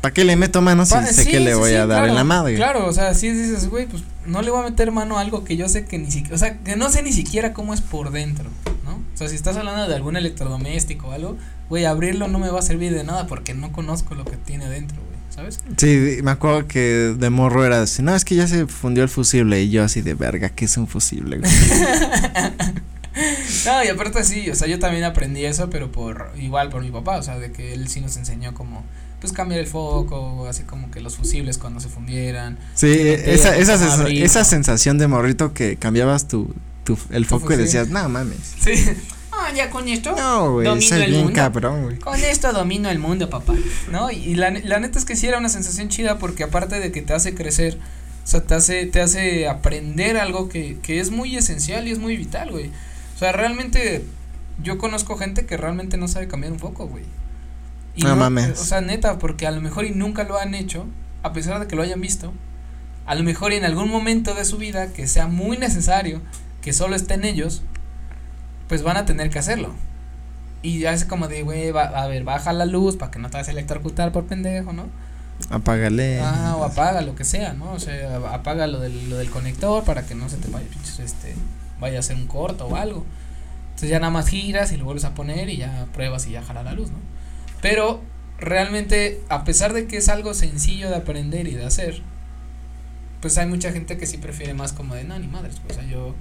[SPEAKER 1] ¿Para qué le meto mano si
[SPEAKER 2] pa-
[SPEAKER 1] sé
[SPEAKER 2] sí,
[SPEAKER 1] que le
[SPEAKER 2] sí,
[SPEAKER 1] voy
[SPEAKER 2] sí,
[SPEAKER 1] a dar en la
[SPEAKER 2] claro,
[SPEAKER 1] madre?
[SPEAKER 2] Claro, o sea, sí dices, güey, pues no le voy a meter mano a algo que yo sé que ni siquiera, o sea, que no sé ni siquiera cómo es por dentro, ¿no? O sea, si estás hablando de algún electrodoméstico o algo, güey, abrirlo no me va a servir de nada porque no conozco lo que tiene dentro, güey, ¿sabes?
[SPEAKER 1] Sí, me acuerdo que de morro era así, no, es que ya se fundió el fusible y yo así de verga, ¿qué es un fusible? güey?"
[SPEAKER 2] No, y aparte sí, o sea, yo también aprendí eso, pero por igual por mi papá, o sea, de que él sí nos enseñó como pues cambiar el foco, así como que los fusibles cuando se fundieran.
[SPEAKER 1] sí, e-, esa, esa,
[SPEAKER 2] Ah,
[SPEAKER 1] sensa-
[SPEAKER 2] brillo.
[SPEAKER 1] esa sensación de morrito que cambiabas tu, tu el
[SPEAKER 2] Tu
[SPEAKER 1] foco y
[SPEAKER 2] fusil.
[SPEAKER 1] decías, no mames.
[SPEAKER 2] Sí. Ah, ya con esto.
[SPEAKER 1] No, güey,
[SPEAKER 2] Domino
[SPEAKER 1] soy
[SPEAKER 2] el
[SPEAKER 1] bien
[SPEAKER 2] mundo.
[SPEAKER 1] cabrón, güey.
[SPEAKER 2] Con esto domino el mundo, papá, ¿no? Y, y la, ne- la neta es que sí era una sensación chida porque aparte de que te hace crecer, o sea, te hace, te hace aprender algo que, que es muy esencial y es muy vital, güey. O sea, realmente yo conozco gente que realmente no sabe cambiar un foco, güey. Y
[SPEAKER 1] No mames.
[SPEAKER 2] O sea, neta, porque a lo mejor y nunca lo han hecho, a pesar de que lo hayan visto, a lo mejor y en algún momento de su vida que sea muy necesario, que solo estén ellos, pues van a tener que hacerlo. Y ya es como de, güey, va- a ver, baja la luz para que no te vas a electrocutar por pendejo, ¿no?
[SPEAKER 1] Apágale.
[SPEAKER 2] Ah, o apaga lo que sea, ¿no? O sea, apaga lo del, lo del conector para que no se te vaya, pinches, este, vaya a hacer un corto o algo. Entonces ya nada más giras y lo vuelves a poner y ya pruebas y ya jala la luz, ¿no? Pero realmente, a pesar de que es algo sencillo de aprender y de hacer, pues hay mucha gente que sí prefiere más como de, no, ni madres, pues, o sea, yo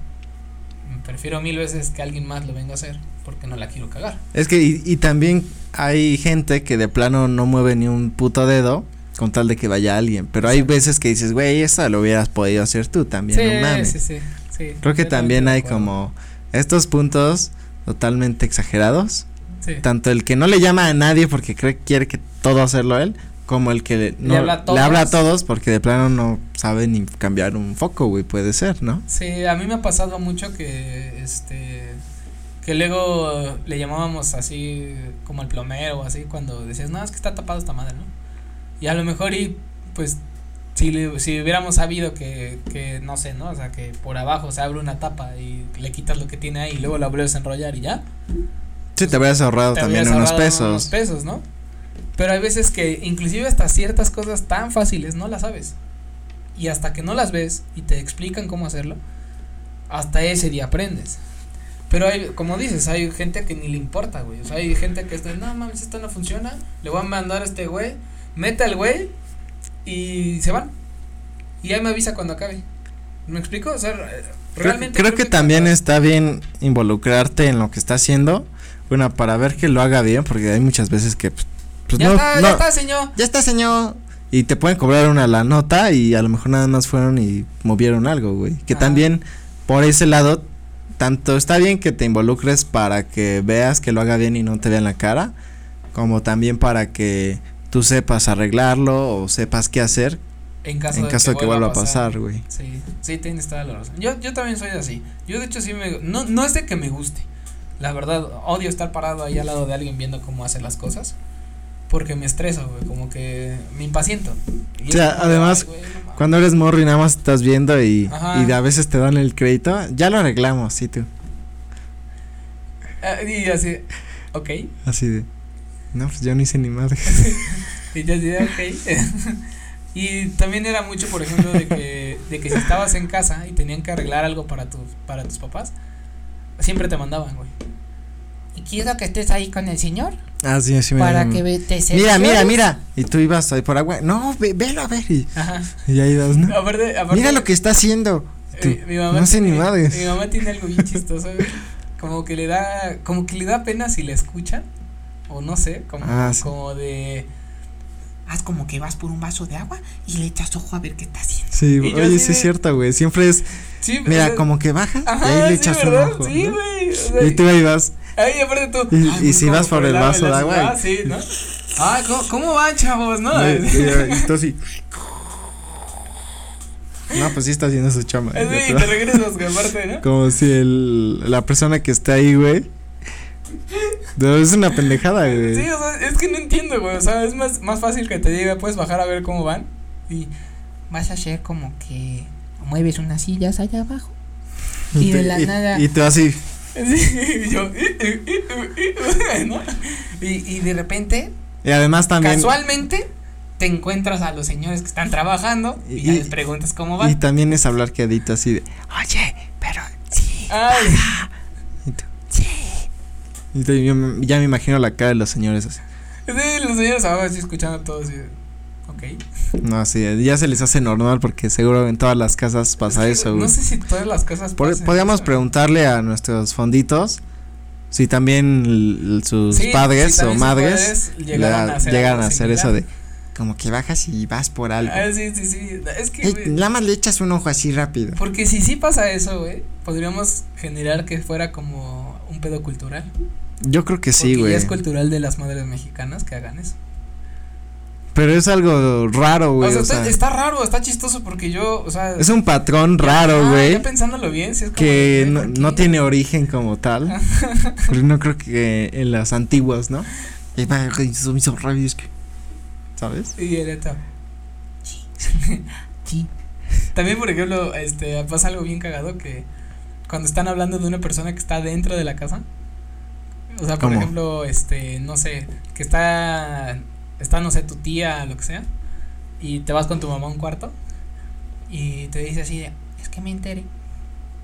[SPEAKER 2] prefiero mil veces que alguien más lo venga a hacer porque no la quiero cagar.
[SPEAKER 1] Es que, y, y también hay gente que de plano no mueve ni un puto dedo con tal de que vaya alguien. Pero hay veces que dices, güey, esa lo hubieras podido hacer tú también, no mames.
[SPEAKER 2] sí, sí, sí.
[SPEAKER 1] Creo que
[SPEAKER 2] Yo
[SPEAKER 1] también
[SPEAKER 2] de
[SPEAKER 1] hay
[SPEAKER 2] acuerdo.
[SPEAKER 1] como estos puntos totalmente exagerados.
[SPEAKER 2] Sí.
[SPEAKER 1] Tanto el que no le llama a nadie porque cree que quiere que todo hacerlo él, como el que le- no,
[SPEAKER 2] habla a
[SPEAKER 1] le habla a
[SPEAKER 2] todos.
[SPEAKER 1] todos porque de plano no sabe ni cambiar un foco, güey, puede ser, ¿no?
[SPEAKER 2] Sí, a mí me ha pasado mucho que este que luego le llamábamos así como el plomero o así cuando decías, "No, es que está tapado esta madre", ¿no? Y a lo mejor y pues si, le- si hubiéramos sabido que, que no sé, ¿no? O sea, que por abajo se abre una tapa y le quitas lo que tiene ahí y luego la vuelves a enrollar y ya.
[SPEAKER 1] Sí, te habrías ahorrado
[SPEAKER 2] te
[SPEAKER 1] también
[SPEAKER 2] habrías
[SPEAKER 1] unos
[SPEAKER 2] ahorrado
[SPEAKER 1] pesos.
[SPEAKER 2] unos pesos, ¿no? Pero hay veces que inclusive hasta ciertas cosas tan fáciles no las sabes. Y hasta que no las ves y te explican cómo hacerlo, hasta ese día aprendes. Pero hay, como dices, hay gente que ni le importa, güey. O sea, hay gente que está, no mames, esto no funciona, le voy a mandar a este güey, meta al güey y se van. Y ahí me avisa cuando acabe. ¿Me explico? O sea, re-
[SPEAKER 1] Creo,
[SPEAKER 2] realmente.
[SPEAKER 1] creo que también
[SPEAKER 2] cuando-
[SPEAKER 1] está bien involucrarte en lo que está haciendo. Bueno, para ver que lo haga bien, porque hay muchas veces que pues, pues,
[SPEAKER 2] Ya
[SPEAKER 1] no,
[SPEAKER 2] está,
[SPEAKER 1] no,
[SPEAKER 2] ya está, señor.
[SPEAKER 1] ya está, señor. Y te pueden cobrar una la nota y a lo mejor nada más fueron y movieron algo, güey. Que
[SPEAKER 2] Ajá.
[SPEAKER 1] también por ese lado, tanto está bien que te involucres para que veas que lo haga bien y no te vean la cara, como también para que tú sepas arreglarlo o sepas qué hacer
[SPEAKER 2] En caso,
[SPEAKER 1] en
[SPEAKER 2] de,
[SPEAKER 1] caso de que vuelva a pasar, güey.
[SPEAKER 2] Sí, sí, tienes toda la razón. Yo, yo también soy así. Yo, de hecho, sí me. No, no es de que me guste. La verdad, odio estar parado ahí al lado de alguien viendo cómo hace las cosas. Porque me estreso, güey. Como que me impaciento. Y
[SPEAKER 1] O
[SPEAKER 2] es
[SPEAKER 1] sea,
[SPEAKER 2] como de,
[SPEAKER 1] además,
[SPEAKER 2] "Ay, güey, no mames".
[SPEAKER 1] Cuando eres morro y nada más estás viendo y,
[SPEAKER 2] Ajá.
[SPEAKER 1] y de a veces te dan el crédito, ya lo arreglamos, sí tú.
[SPEAKER 2] Ah, Y así, ok.
[SPEAKER 1] Así de. No, pues yo no hice ni madre.
[SPEAKER 2] Y yo así de, "Ok". y también era mucho, por ejemplo, de que, de que si estabas en casa y tenían que arreglar algo para, tu, para tus papás, siempre te mandaban, güey. Y quiero que estés ahí con el señor
[SPEAKER 1] Ah, sí, sí me
[SPEAKER 3] para
[SPEAKER 1] me-
[SPEAKER 3] que ve- te
[SPEAKER 1] Mira, mira,
[SPEAKER 3] cerciores.
[SPEAKER 1] mira. Y tú ibas ahí por agua. No, ve- velo a ver. Y,
[SPEAKER 2] Ajá.
[SPEAKER 1] y ahí vas, ¿no?
[SPEAKER 2] Aparte, aparte,
[SPEAKER 1] Mira lo que está haciendo. Y tú,
[SPEAKER 2] eh, mi mamá
[SPEAKER 1] no sé ni
[SPEAKER 2] tiene-
[SPEAKER 1] madres.
[SPEAKER 2] Mi mamá tiene algo bien chistoso, güey. Como que le da, como que le da pena si la escuchan. O no sé, como,
[SPEAKER 1] Ah, sí.
[SPEAKER 2] como de.
[SPEAKER 3] Haz como que vas por un vaso de agua y le echas ojo a ver qué está haciendo.
[SPEAKER 1] Sí,
[SPEAKER 2] Y yo
[SPEAKER 1] oye,
[SPEAKER 2] así
[SPEAKER 1] sí es
[SPEAKER 2] de-
[SPEAKER 1] cierto, güey. Siempre es.
[SPEAKER 2] Sí, o
[SPEAKER 1] Mira,
[SPEAKER 2] sea,
[SPEAKER 1] como que bajas y
[SPEAKER 2] Ajá,
[SPEAKER 1] ahí le
[SPEAKER 2] sí,
[SPEAKER 1] echas
[SPEAKER 2] ¿verdad?
[SPEAKER 1] un ojo.
[SPEAKER 2] Sí,
[SPEAKER 1] ¿no?
[SPEAKER 2] güey. o
[SPEAKER 1] Y
[SPEAKER 2] sea,
[SPEAKER 1] tú ahí vas.
[SPEAKER 2] Ahí aparte tú.
[SPEAKER 1] Y- y
[SPEAKER 2] pues,
[SPEAKER 1] si
[SPEAKER 2] como
[SPEAKER 1] vas por el
[SPEAKER 2] agua,
[SPEAKER 1] vaso
[SPEAKER 2] la
[SPEAKER 1] de
[SPEAKER 2] ciudad,
[SPEAKER 1] agua,
[SPEAKER 2] sí, ¿no? Ah, ¿cómo, cómo van, chavos? ¿No?
[SPEAKER 1] Y, y- y tú así. No, pues sí está haciendo su chamba.
[SPEAKER 2] Así,
[SPEAKER 1] Y
[SPEAKER 2] y
[SPEAKER 1] tú-
[SPEAKER 2] te regresas, güey, aparte, ¿no?
[SPEAKER 1] Como si el, la persona que está ahí, güey. No, es una pendejada, güey.
[SPEAKER 2] Sí, o sea, es que no entiendo, güey. O sea, es más, más fácil que te diga, puedes bajar a ver cómo van. Y
[SPEAKER 3] Vas a hacer como que mueves unas sillas allá abajo.
[SPEAKER 1] Y
[SPEAKER 3] Y de
[SPEAKER 1] te-
[SPEAKER 3] la
[SPEAKER 1] y-
[SPEAKER 3] nada.
[SPEAKER 1] Y tú así.
[SPEAKER 2] Sí, y yo. "Eh, eh, eh, eh, eh", ¿no? y, y de repente,
[SPEAKER 1] Y además también.
[SPEAKER 2] casualmente, te encuentras a los señores que están trabajando y, ya
[SPEAKER 1] Y-
[SPEAKER 2] les preguntas cómo
[SPEAKER 1] Y
[SPEAKER 2] van.
[SPEAKER 1] también es hablar quedito así de.
[SPEAKER 3] Oye, pero sí,
[SPEAKER 2] Ay,
[SPEAKER 1] y tú-
[SPEAKER 3] sí.
[SPEAKER 1] y tú- yo me- ya me imagino la cara de los señores así.
[SPEAKER 2] sí, los señores abajo así escuchando todo así. Ok.
[SPEAKER 1] No, sí, ya se les hace normal porque seguro en todas las casas pasa
[SPEAKER 2] Es que
[SPEAKER 1] eso,
[SPEAKER 2] No
[SPEAKER 1] güey.
[SPEAKER 2] sé si todas las casas
[SPEAKER 1] Por-
[SPEAKER 2] pasen
[SPEAKER 1] podríamos
[SPEAKER 2] eso.
[SPEAKER 1] preguntarle a nuestros fonditos si también l- sus
[SPEAKER 2] Sí,
[SPEAKER 1] padres
[SPEAKER 2] si también
[SPEAKER 1] o
[SPEAKER 2] sus
[SPEAKER 1] madres
[SPEAKER 2] padres llegaran
[SPEAKER 1] la-
[SPEAKER 2] a hacer,
[SPEAKER 1] llegaran
[SPEAKER 2] algo
[SPEAKER 1] a hacer eso
[SPEAKER 2] similar.
[SPEAKER 1] de como que bajas y vas por algo.
[SPEAKER 2] Ah, sí, sí, sí. Es que.
[SPEAKER 1] Ey,
[SPEAKER 2] güey,
[SPEAKER 1] nada más le echas un ojo así rápido.
[SPEAKER 2] Porque si sí pasa eso, güey, podríamos generar que fuera como un pedo cultural.
[SPEAKER 1] Yo creo que sí,
[SPEAKER 2] Porque
[SPEAKER 1] güey.
[SPEAKER 2] Ya es cultural de las madres mexicanas que hagan eso.
[SPEAKER 1] Pero es algo raro,
[SPEAKER 2] o
[SPEAKER 1] güey.
[SPEAKER 2] sea,
[SPEAKER 1] o
[SPEAKER 2] está,
[SPEAKER 1] sea,
[SPEAKER 2] está raro, está chistoso porque yo, o sea.
[SPEAKER 1] es un patrón
[SPEAKER 2] ya-
[SPEAKER 1] raro,
[SPEAKER 2] ah,
[SPEAKER 1] güey.
[SPEAKER 2] Ya pensándolo bien, sí es como.
[SPEAKER 1] que
[SPEAKER 2] de,
[SPEAKER 1] no,
[SPEAKER 2] güey, ¿por
[SPEAKER 1] no
[SPEAKER 2] qué?
[SPEAKER 1] tiene origen como tal. Pero no creo que en las antiguas, ¿no? Y va, güey, son mis horarios que- ¿Sabes?
[SPEAKER 2] Y el eto. También, por ejemplo, este, pasa algo bien cagado que cuando están hablando de una persona que está dentro de la casa. O sea, por
[SPEAKER 1] ¿Cómo?
[SPEAKER 2] ejemplo, este, no sé, que está, está, no sé, tu tía, lo que sea, y te vas con tu mamá a un cuarto y te dice así de, es que me enteré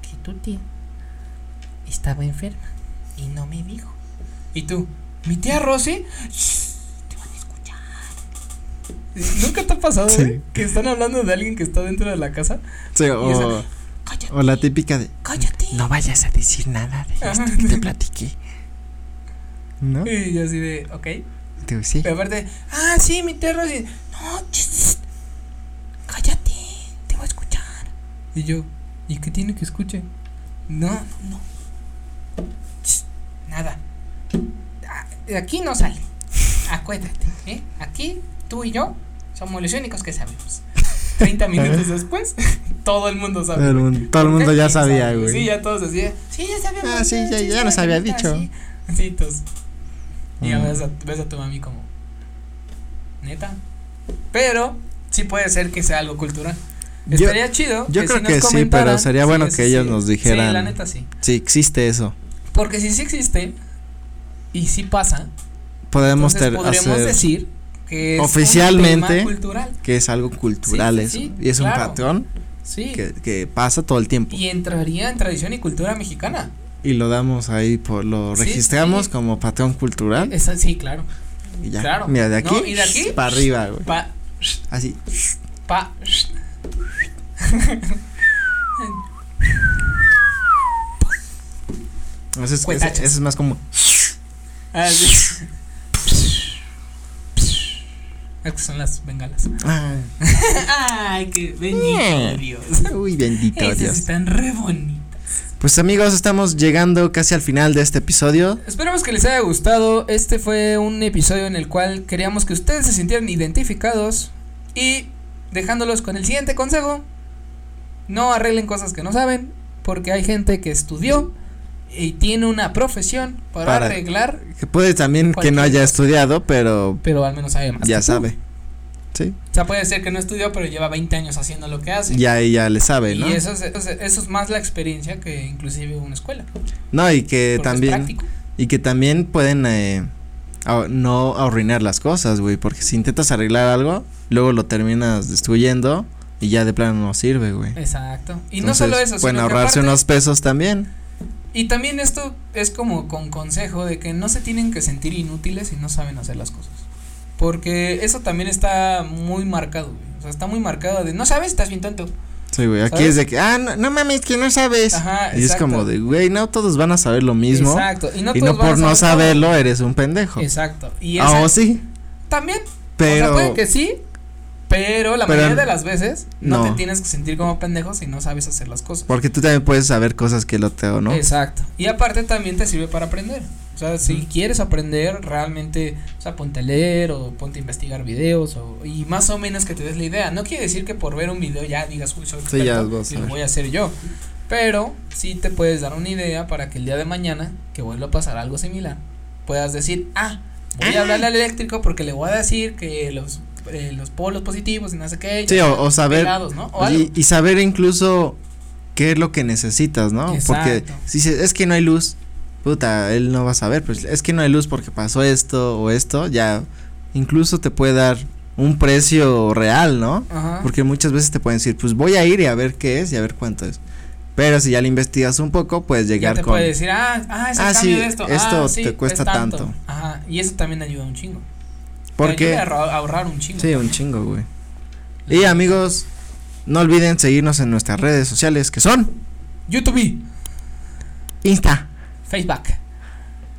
[SPEAKER 2] que tu tía estaba enferma y no me dijo. Y tú, ¿mi tía Rosy? ¿Nunca te ha pasado,
[SPEAKER 1] Sí.
[SPEAKER 2] güey? Que están hablando de alguien que está dentro de la casa.
[SPEAKER 1] Sí, o,
[SPEAKER 2] esa-
[SPEAKER 1] o la típica de.
[SPEAKER 3] Cállate.
[SPEAKER 1] No vayas a decir nada de
[SPEAKER 2] Ajá.
[SPEAKER 1] platiqué. ¿No?
[SPEAKER 2] Y yo así de, ok.
[SPEAKER 1] Digo, sí.
[SPEAKER 2] Pero aparte, ah, sí, mi tía Rosy. No, ch- ch-
[SPEAKER 3] Cállate. Te voy a escuchar.
[SPEAKER 2] Y yo, ¿y qué tiene que escuche? No, no, no. Ch- Nada. Ah, de Aquí no sale. Acuérdate, ¿eh? Aquí tú y yo somos los únicos que sabemos. 30 minutos después, todo el mundo sabe.
[SPEAKER 1] Todo el mundo, todo el mundo ya
[SPEAKER 2] ¿Quién
[SPEAKER 1] sabía,
[SPEAKER 2] sabe?
[SPEAKER 1] güey.
[SPEAKER 2] Sí, ya todos decían. Sí, ya sabíamos.
[SPEAKER 1] Ah, sí, ya- ya nos
[SPEAKER 2] sabía,
[SPEAKER 1] había
[SPEAKER 2] ahorita,
[SPEAKER 1] dicho.
[SPEAKER 2] sí". Sí, todos. Y ya
[SPEAKER 1] Mm.
[SPEAKER 2] ves a, ves a tu mami como. Neta. Pero sí puede ser que sea algo cultural.
[SPEAKER 1] Yo-
[SPEAKER 2] Estaría chido.
[SPEAKER 1] yo creo
[SPEAKER 2] si nos
[SPEAKER 1] que sí,
[SPEAKER 2] comentaran.
[SPEAKER 1] pero sería bueno que ellos nos
[SPEAKER 2] Sí, la
[SPEAKER 1] dijeran.
[SPEAKER 2] neta sí.
[SPEAKER 1] Sí, existe eso.
[SPEAKER 2] Porque si sí existe y sí pasa,
[SPEAKER 1] Podemos
[SPEAKER 2] entonces
[SPEAKER 1] ter-
[SPEAKER 2] podremos
[SPEAKER 1] hacer
[SPEAKER 2] decir que es un
[SPEAKER 1] Oficialmente,
[SPEAKER 2] tema cultural.
[SPEAKER 1] que es algo cultural
[SPEAKER 2] Sí, sí,
[SPEAKER 1] eso.
[SPEAKER 2] sí,
[SPEAKER 1] y es un
[SPEAKER 2] claro.
[SPEAKER 1] patrón
[SPEAKER 2] Sí.
[SPEAKER 1] que, que pasa todo el tiempo.
[SPEAKER 2] Y entraría en tradición y cultura mexicana.
[SPEAKER 1] Y lo damos ahí, por, lo
[SPEAKER 2] Sí,
[SPEAKER 1] registramos
[SPEAKER 2] sí.
[SPEAKER 1] como patrón cultural.
[SPEAKER 2] Esa- sí, claro.
[SPEAKER 1] y ya.
[SPEAKER 2] claro.
[SPEAKER 1] Mira, de aquí,
[SPEAKER 2] No, y de aquí,
[SPEAKER 1] para arriba, güey.
[SPEAKER 2] Pa,
[SPEAKER 1] Así.
[SPEAKER 2] pa.
[SPEAKER 1] Eso es,
[SPEAKER 2] Cuetachas.
[SPEAKER 1] ese- ese es más como.
[SPEAKER 2] Ah, sí. Es que son las bengalas.
[SPEAKER 1] ah,
[SPEAKER 2] Ay, qué bendito Dios.
[SPEAKER 1] uy, bendito
[SPEAKER 2] Estas
[SPEAKER 1] Dios.
[SPEAKER 2] están re bonitas.
[SPEAKER 1] Pues amigos, estamos llegando casi al final de este episodio.
[SPEAKER 2] Esperamos que les haya gustado. Este fue un episodio en el cual queríamos que ustedes se sintieran identificados. Y dejándolos con el siguiente consejo: no arreglen cosas que no saben, porque hay gente que estudió y tiene una profesión para,
[SPEAKER 1] Para-
[SPEAKER 2] arreglar,
[SPEAKER 1] Que puede también que no
[SPEAKER 2] Cualquier
[SPEAKER 1] haya
[SPEAKER 2] cosa.
[SPEAKER 1] estudiado, pero
[SPEAKER 2] pero al menos sabe más.
[SPEAKER 1] ya
[SPEAKER 2] que tú.
[SPEAKER 1] sabe. Sí,
[SPEAKER 2] O sea, puede ser que no estudió, pero lleva 20 años haciendo lo que hace.
[SPEAKER 1] ya, ya le sabe,
[SPEAKER 2] y
[SPEAKER 1] ¿no?
[SPEAKER 2] eso, es, eso es- eso es más la experiencia que inclusive una escuela.
[SPEAKER 1] No, y que
[SPEAKER 2] porque es
[SPEAKER 1] Eh, también.
[SPEAKER 2] práctico.
[SPEAKER 1] Y que también pueden eh, a- no arruinar las cosas, güey. Porque si intentas arreglar algo, luego lo terminas destruyendo y ya de plano no sirve, güey.
[SPEAKER 2] Exacto. Y
[SPEAKER 1] Entonces,
[SPEAKER 2] no solo eso,
[SPEAKER 1] Pueden
[SPEAKER 2] sino que
[SPEAKER 1] ahorrarse
[SPEAKER 2] aparte-
[SPEAKER 1] unos pesos también.
[SPEAKER 2] Y también esto es como con consejo de que no se tienen que sentir inútiles si no saben hacer las cosas. Porque eso también está muy marcado, güey. O sea, está muy marcado de no sabes, estás bien tonto.
[SPEAKER 1] Sí, güey. Aquí
[SPEAKER 2] ¿Sabes?
[SPEAKER 1] es de que, ah, no, no mames, que no sabes.
[SPEAKER 2] Ajá,
[SPEAKER 1] y es
[SPEAKER 2] exacto.
[SPEAKER 1] como de, güey, no todos van a saber lo mismo.
[SPEAKER 2] Exacto. Y no,
[SPEAKER 1] y
[SPEAKER 2] todos
[SPEAKER 1] no
[SPEAKER 2] van a
[SPEAKER 1] por no
[SPEAKER 2] saber todo.
[SPEAKER 1] saberlo eres un pendejo.
[SPEAKER 2] Exacto. Y
[SPEAKER 1] Ah,
[SPEAKER 2] eso
[SPEAKER 1] o sí,
[SPEAKER 2] también.
[SPEAKER 1] pero.
[SPEAKER 2] o sea, puede que sí, pero la
[SPEAKER 1] Pero
[SPEAKER 2] mayoría de las veces no,
[SPEAKER 1] no.
[SPEAKER 2] te tienes que sentir como pendejo si no sabes hacer las cosas.
[SPEAKER 1] Porque tú también puedes saber cosas que el otro no.
[SPEAKER 2] Exacto. Y aparte también te sirve para aprender. O sea, si quieres aprender realmente, o sea, ponte a leer o ponte a investigar videos o, y más o menos que te des la idea. No quiere decir que por ver un video ya digas, uy, soy
[SPEAKER 1] Sí, ya
[SPEAKER 2] experto
[SPEAKER 1] vas a
[SPEAKER 2] y lo
[SPEAKER 1] ver.
[SPEAKER 2] voy a hacer yo. Pero sí te puedes dar una idea para que el día de mañana, que vuelva a pasar algo similar, puedas decir, ah, voy a hablarle al eléctrico porque le voy a decir que los, eh, los polos positivos y no sé qué.
[SPEAKER 1] Sí,
[SPEAKER 2] ya
[SPEAKER 1] o, o saber.
[SPEAKER 2] pelados, ¿no? O algo.
[SPEAKER 1] Y, y saber incluso qué es lo que necesitas, ¿no? Porque
[SPEAKER 2] Exacto.
[SPEAKER 1] si dices, es que no hay luz, puta, él no va a saber, pues es que no hay luz porque pasó esto o esto, ya incluso te puede dar un precio real, ¿no?
[SPEAKER 2] Ajá.
[SPEAKER 1] Porque muchas veces te pueden decir, pues voy a ir y a ver qué es y a ver cuánto es. Pero si ya le investigas un poco, puedes
[SPEAKER 2] ya
[SPEAKER 1] llegar
[SPEAKER 2] te
[SPEAKER 1] con
[SPEAKER 2] puede decir, ah, ah, es el
[SPEAKER 1] Ah,
[SPEAKER 2] cambio
[SPEAKER 1] sí,
[SPEAKER 2] de esto.
[SPEAKER 1] esto
[SPEAKER 2] ah,
[SPEAKER 1] te
[SPEAKER 2] sí,
[SPEAKER 1] cuesta
[SPEAKER 2] es
[SPEAKER 1] tanto.
[SPEAKER 2] Ajá, y eso también ayuda un chingo.
[SPEAKER 1] Porque...
[SPEAKER 2] Ayuda a ahorra- ahorrar un chingo.
[SPEAKER 1] Sí, un chingo, güey. Y amigos, no olviden seguirnos en nuestras redes sociales que son
[SPEAKER 2] YouTube,
[SPEAKER 1] Insta,
[SPEAKER 2] Facebook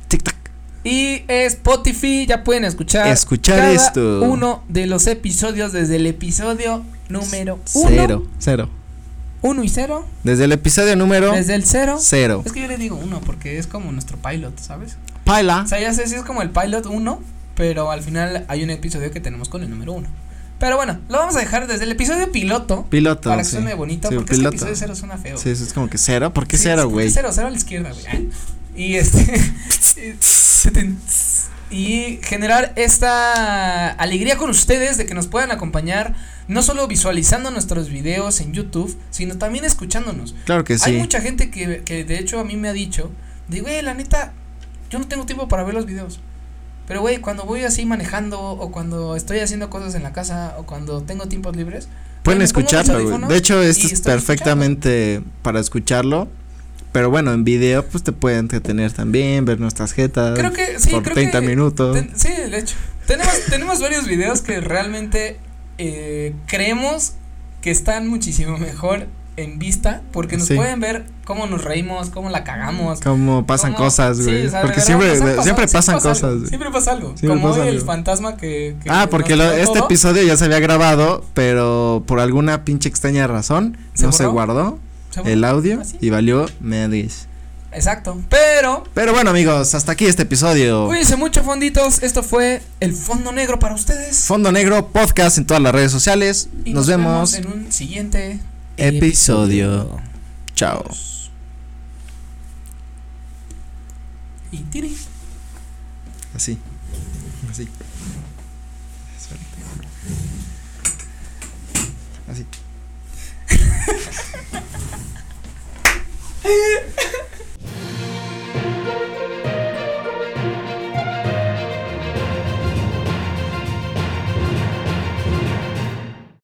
[SPEAKER 1] TikTok.
[SPEAKER 2] y Spotify. Ya pueden escuchar.
[SPEAKER 1] Escuchar
[SPEAKER 2] cada
[SPEAKER 1] esto.
[SPEAKER 2] Uno de los episodios desde el episodio número uno.
[SPEAKER 1] Cero. Cero.
[SPEAKER 2] Uno y cero.
[SPEAKER 1] Desde el episodio número
[SPEAKER 2] Desde el cero.
[SPEAKER 1] cero.
[SPEAKER 2] Es que yo le digo uno porque es como nuestro pilot, ¿sabes?
[SPEAKER 1] Paila.
[SPEAKER 2] O sea, ya sé si es como el pilot uno, pero al final hay un episodio que tenemos con el número uno. Pero bueno, lo vamos a dejar desde el episodio piloto.
[SPEAKER 1] Piloto.
[SPEAKER 2] para que
[SPEAKER 1] sí.
[SPEAKER 2] suene bonito,
[SPEAKER 1] Sí,
[SPEAKER 2] porque es que
[SPEAKER 1] piloto.
[SPEAKER 2] episodio cero suena feo.
[SPEAKER 1] Sí, eso es como que cero. ¿Por qué
[SPEAKER 2] Sí,
[SPEAKER 1] cero,
[SPEAKER 2] sí,
[SPEAKER 1] güey?
[SPEAKER 2] Cero, cero a la izquierda, güey. Ay. Y este. y generar esta alegría con ustedes de que nos puedan acompañar, no solo visualizando nuestros videos en YouTube, sino también escuchándonos.
[SPEAKER 1] Claro que
[SPEAKER 2] Hay
[SPEAKER 1] sí.
[SPEAKER 2] mucha gente que, que de hecho a mí me ha dicho, de güey, la neta, yo no tengo tiempo para ver los videos. Pero güey, cuando voy así manejando o cuando estoy haciendo cosas en la casa o cuando tengo tiempos libres,
[SPEAKER 1] Pueden
[SPEAKER 2] me pongo mis
[SPEAKER 1] escucharlo, güey.
[SPEAKER 2] audífonos
[SPEAKER 1] De hecho,
[SPEAKER 2] y
[SPEAKER 1] esto es
[SPEAKER 2] estoy
[SPEAKER 1] perfectamente para escucharlo. Pero bueno, en video, pues te pueden entretener también, ver nuestras jetas.
[SPEAKER 2] creo que sí,
[SPEAKER 1] Ah, por
[SPEAKER 2] creo
[SPEAKER 1] 30
[SPEAKER 2] que
[SPEAKER 1] minutos.
[SPEAKER 2] ten- sí, de hecho. Tenemos tenemos varios videos que realmente eh, creemos que están muchísimo mejor en vista porque nos
[SPEAKER 1] Sí.
[SPEAKER 2] pueden ver cómo nos reímos, cómo la cagamos,
[SPEAKER 1] Como pasan
[SPEAKER 2] Como-
[SPEAKER 1] cosas,
[SPEAKER 2] sí,
[SPEAKER 1] güey.
[SPEAKER 2] o sea, de
[SPEAKER 1] porque
[SPEAKER 2] verdad,
[SPEAKER 1] siempre,
[SPEAKER 2] nos han
[SPEAKER 1] de-
[SPEAKER 2] pasado-
[SPEAKER 1] siempre pasan
[SPEAKER 2] pasa algo,
[SPEAKER 1] cosas. güey.
[SPEAKER 2] Siempre pasa algo.
[SPEAKER 1] Siempre
[SPEAKER 2] como
[SPEAKER 1] pasa
[SPEAKER 2] hoy el
[SPEAKER 1] algo.
[SPEAKER 2] fantasma que. que
[SPEAKER 1] ah, porque
[SPEAKER 2] nos
[SPEAKER 1] lo-
[SPEAKER 2] dio
[SPEAKER 1] este
[SPEAKER 2] todo.
[SPEAKER 1] episodio ya se había grabado, pero por alguna pinche extraña razón
[SPEAKER 2] ¿Se
[SPEAKER 1] no se
[SPEAKER 2] borró?
[SPEAKER 1] guardó
[SPEAKER 2] Se-
[SPEAKER 1] el audio
[SPEAKER 2] ¿Ah, sí?
[SPEAKER 1] y valió medis.
[SPEAKER 2] Exacto. Pero.
[SPEAKER 1] Pero bueno, amigos, hasta aquí este episodio.
[SPEAKER 2] Cuídense mucho, fonditos. Esto fue el fondo negro para ustedes.
[SPEAKER 1] Fondo Negro Podcast en todas las redes sociales.
[SPEAKER 2] Y
[SPEAKER 1] nos, vemos.
[SPEAKER 2] en un siguiente
[SPEAKER 1] Episodio. Chao.
[SPEAKER 2] Y tiri.
[SPEAKER 1] Así. Así. Suéltate. Así.